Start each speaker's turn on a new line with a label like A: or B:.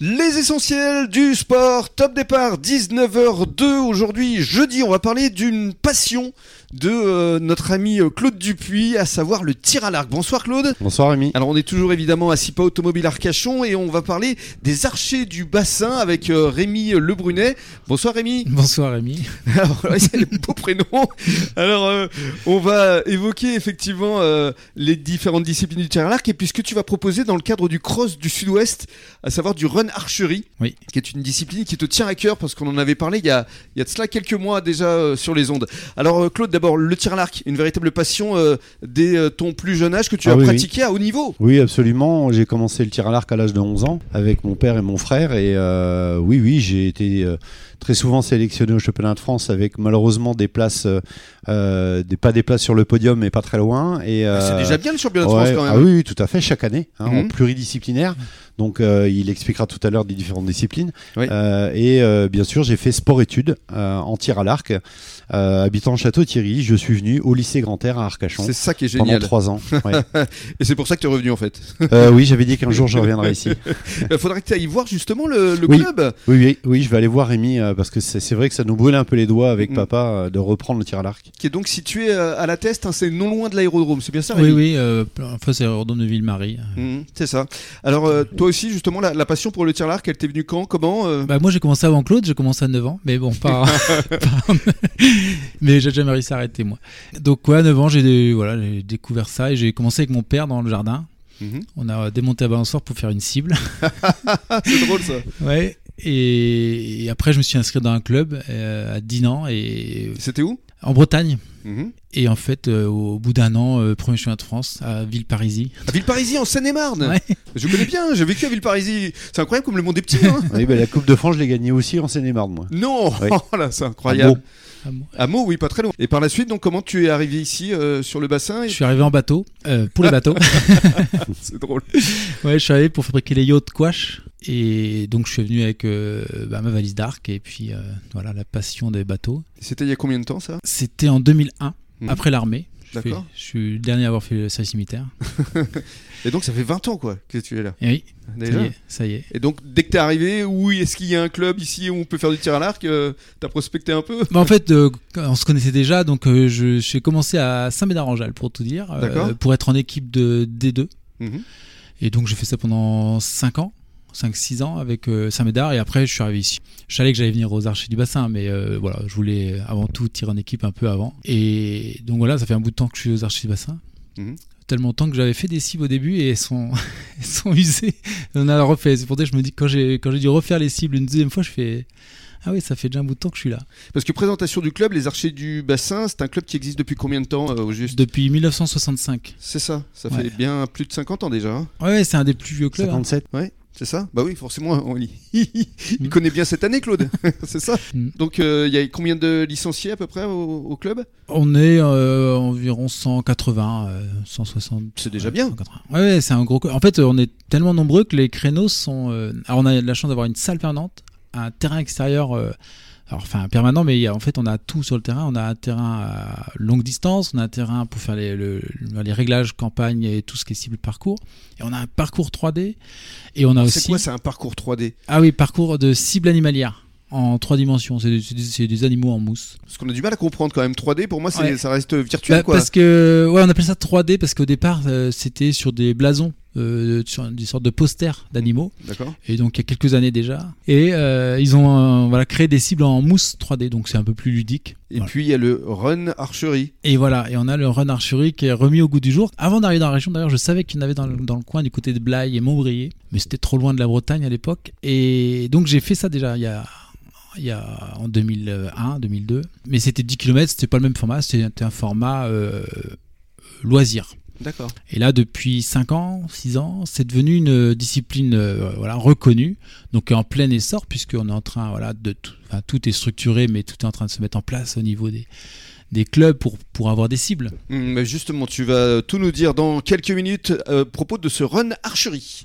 A: Les essentiels du sport, top départ, 19h02 aujourd'hui, jeudi, on va parler d'une passion de euh, notre ami euh, Claude Dupuis, à savoir le tir à l'arc. Bonsoir Claude.
B: Bonsoir Rémi.
A: Alors on est toujours évidemment à Sipa Automobile Arcachon et on va parler des archers du bassin avec euh, Rémi Lebrunet. Bonsoir Rémi.
C: Bonsoir Rémi.
A: Alors, ouais, c'est le beau prénom. Alors, euh, on va évoquer effectivement euh, les différentes disciplines du tir à l'arc et puis ce que tu vas proposer dans le cadre du cross du sud-ouest, à savoir du run archery,
C: Oui.
A: qui est une discipline qui te tient à cœur parce qu'on en avait parlé il y a, il y a de cela quelques mois déjà euh, sur les ondes. Alors, euh, Claude, d'abord, le tir à l'arc, une véritable passion euh, dès euh, ton plus jeune âge que tu
B: Ah
A: as
B: oui, oui.
A: pratiqué à haut niveau.
B: Oui, absolument. J'ai commencé le tir à l'arc à l'âge de 11 ans avec mon père et mon frère. Et euh, oui, oui, j'ai été euh, très souvent sélectionné au championnat de France avec malheureusement des places, euh, euh, des, pas des places sur le podium, mais pas très loin. Et,
A: Ah, C'est
B: euh,
A: déjà bien le championnat de
B: ouais,
A: France quand même.
B: Ah oui, oui, tout à fait, chaque année, hein,
A: Mhm.
B: en pluridisciplinaire. Donc, euh, il expliquera tout à l'heure des différentes disciplines.
A: Oui.
B: Euh, et euh, bien sûr, j'ai fait sport-études euh, en tir à l'arc. Euh, habitant Château-Thierry, je suis venu au lycée Grand-Air à Arcachon
A: C'est ça qui est
B: pendant
A: génial.
B: trois ans. Ouais.
A: Et c'est pour ça que tu es revenu en fait.
B: Euh, oui, j'avais dit qu'un jour je reviendrai ici.
A: Il faudrait que tu ailles voir justement le, le
B: Oui.
A: club.
B: Oui, oui, oui, je vais aller voir Rémi euh, parce que c'est c'est vrai que ça nous brûle un peu les doigts avec
A: Mm.
B: papa euh, de reprendre le tir à l'arc.
A: qui est donc situé euh, à la Teste, hein, c'est non loin de l'aérodrome, c'est bien ça
C: Oui,
A: Rémi
C: oui, euh, enfin c'est Ordon de Ville-Marie.
A: Mhm, c'est ça. Alors euh, toi aussi justement la, la passion pour le tir à l'arc, elle t'est venue quand Comment euh
C: Bah, moi j'ai commencé avant Claude, j'ai commencé à 9 ans, mais bon, pas. pas- mais j'ai jamais réussi à arrêter moi. Donc, ouais, à 9 ans, j'ai voilà, j'ai découvert ça et j'ai commencé avec mon père dans le jardin.
A: Mhm.
C: On a démonté la balançoire pour faire une cible.
A: Ah, C'est drôle ça.
C: Ouais. Et, et après, je me suis inscrit dans un club euh, à Dinan et
A: C'était où
C: en Bretagne.
A: Mhm.
C: Et en fait, euh, au bout d'un an, euh, premier chemin de France à Villeparisis.
A: À Villeparisis en Seine-et-Marne.
C: Ouais.
A: Je connais bien, j'ai vécu à Villeparisis. C'est incroyable comme le monde est petit. hein.
B: Oui, bah, la Coupe de France, je l'ai gagnée aussi en Seine-et-Marne, moi.
A: non,
B: Oui.
A: Oh là, c'est incroyable.
C: Ah bon.
A: À Meaux, oui, pas très loin. Et par la suite, donc comment tu es arrivé ici euh, sur le bassin et-
C: Je suis arrivé en bateau, euh, pour les bateaux.
A: C'est drôle.
C: ouais, je suis arrivé pour fabriquer les yachts Quash. Et donc, je suis venu avec euh, bah, ma valise d'arc et puis euh, voilà la passion des bateaux.
A: C'était il y a combien de temps ça
C: C'était en 2001,
A: Mhm.
C: après l'armée. Je fais-
A: D'accord.
C: Je suis le dernier à avoir fait le service militaire.
A: Et donc ça fait 20 ans quoi que tu es là.
C: Et oui, ça
A: Déjà.
C: y est, ça y est.
A: Et donc, dès que t'es arrivé, oui, est-ce qu'il y a un club ici où on peut faire du tir à l'arc euh, T'as prospecté un peu
C: Bah, en fait, euh, on se connaissait déjà, donc euh, je- j'ai commencé à Saint-Médard-en-Jalles pour tout dire, euh,
A: D'accord.
C: pour être en équipe de D2.
A: Mhm.
C: Et donc j'ai fait ça pendant 5 ans, 5-6 ans avec euh, Saint-Médard, et après je suis arrivé ici. Je savais que j'allais venir aux Archers du Bassin, mais euh, voilà, je voulais avant tout tirer en équipe un peu avant. Et donc voilà, ça fait un bout de temps que je suis aux Archers du Bassin.
A: Mhm.
C: Tellement de temps que j'avais fait des cibles au début et elles sont, elles sont usées. On a refait. C'est pour ça que je me dis, quand j'ai quand j'ai dû refaire les cibles une deuxième fois, je fais Ah oui, ça fait déjà un bout de temps que je suis là.
A: Parce que présentation du club, les Archers du Bassin, c'est un club qui existe depuis combien de temps euh, au juste
C: Depuis 1965.
A: C'est ça, ça
C: Ouais.
A: fait bien plus de 50 ans déjà. hein.
C: Ouais, ouais, c'est un des plus vieux clubs. hein.
B: 57
A: ouais, c'est ça Bah oui, forcément, on y... il connaît bien cette année, Claude, c'est ça
C: Mm.
A: Donc, euh, il y a combien de licenciés à peu près au, au club
C: On est euh, environ 180, euh, 160.
A: C'est déjà bien.
C: 180. Ouais, ouais, c'est un gros. co- En fait, euh, on est tellement nombreux que les créneaux sont. euh, Alors, on a la chance d'avoir une salle permanente, un terrain extérieur. euh, Alors, enfin, permanent, mais il y a- en fait, on a tout sur le terrain. On a un terrain à longue distance, on a un terrain pour faire les, le- les réglages campagne et tout ce qui est cible parcours. Et on a un parcours 3D. Et on a
A: C'est
C: aussi.
A: quoi, c'est un parcours 3D
C: ah oui, parcours de cible animalière en trois dimensions. C'est des- c'est des- c'est des animaux en mousse.
A: Parce qu'on a du mal à comprendre quand même. 3D, pour moi, c'est-
C: Ouais.
A: ça reste virtuel,
C: Bah,
A: quoi.
C: Parce que ouais, on appelle ça 3D parce qu'au départ euh, c'était sur des blasons, euh, sur des sortes de posters d'animaux,
A: D'accord
C: et donc il y a quelques années déjà. Et euh, ils ont euh, voilà créé des cibles en mousse 3D, donc c'est un peu plus ludique.
A: Et
C: Voilà.
A: puis, il y a le Run Archery.
C: Et voilà, et on a le run archery qui est remis au goût du jour. Avant d'arriver dans la région, d'ailleurs, je savais qu'il y en avait dans le, dans le coin du côté de Blaye et Montbrier, mais c'était trop loin de la Bretagne à l'époque. Et donc j'ai fait ça déjà il y a, il y a en 2001, 2002. Mais c'était 10 km, c'était pas le même format, c'était un format euh, loisir.
A: D'accord.
C: Et là, depuis 5 ans, 6 ans, c'est devenu une discipline euh, voilà, reconnue, donc en plein essor, puisqu'on est en train, voilà, de tout, enfin, tout est structuré, mais tout est en train de se mettre en place au niveau des, des clubs pour, pour avoir des cibles.
A: Mm, Hum, mais justement, tu vas tout nous dire dans quelques minutes euh, à propos de ce run archery.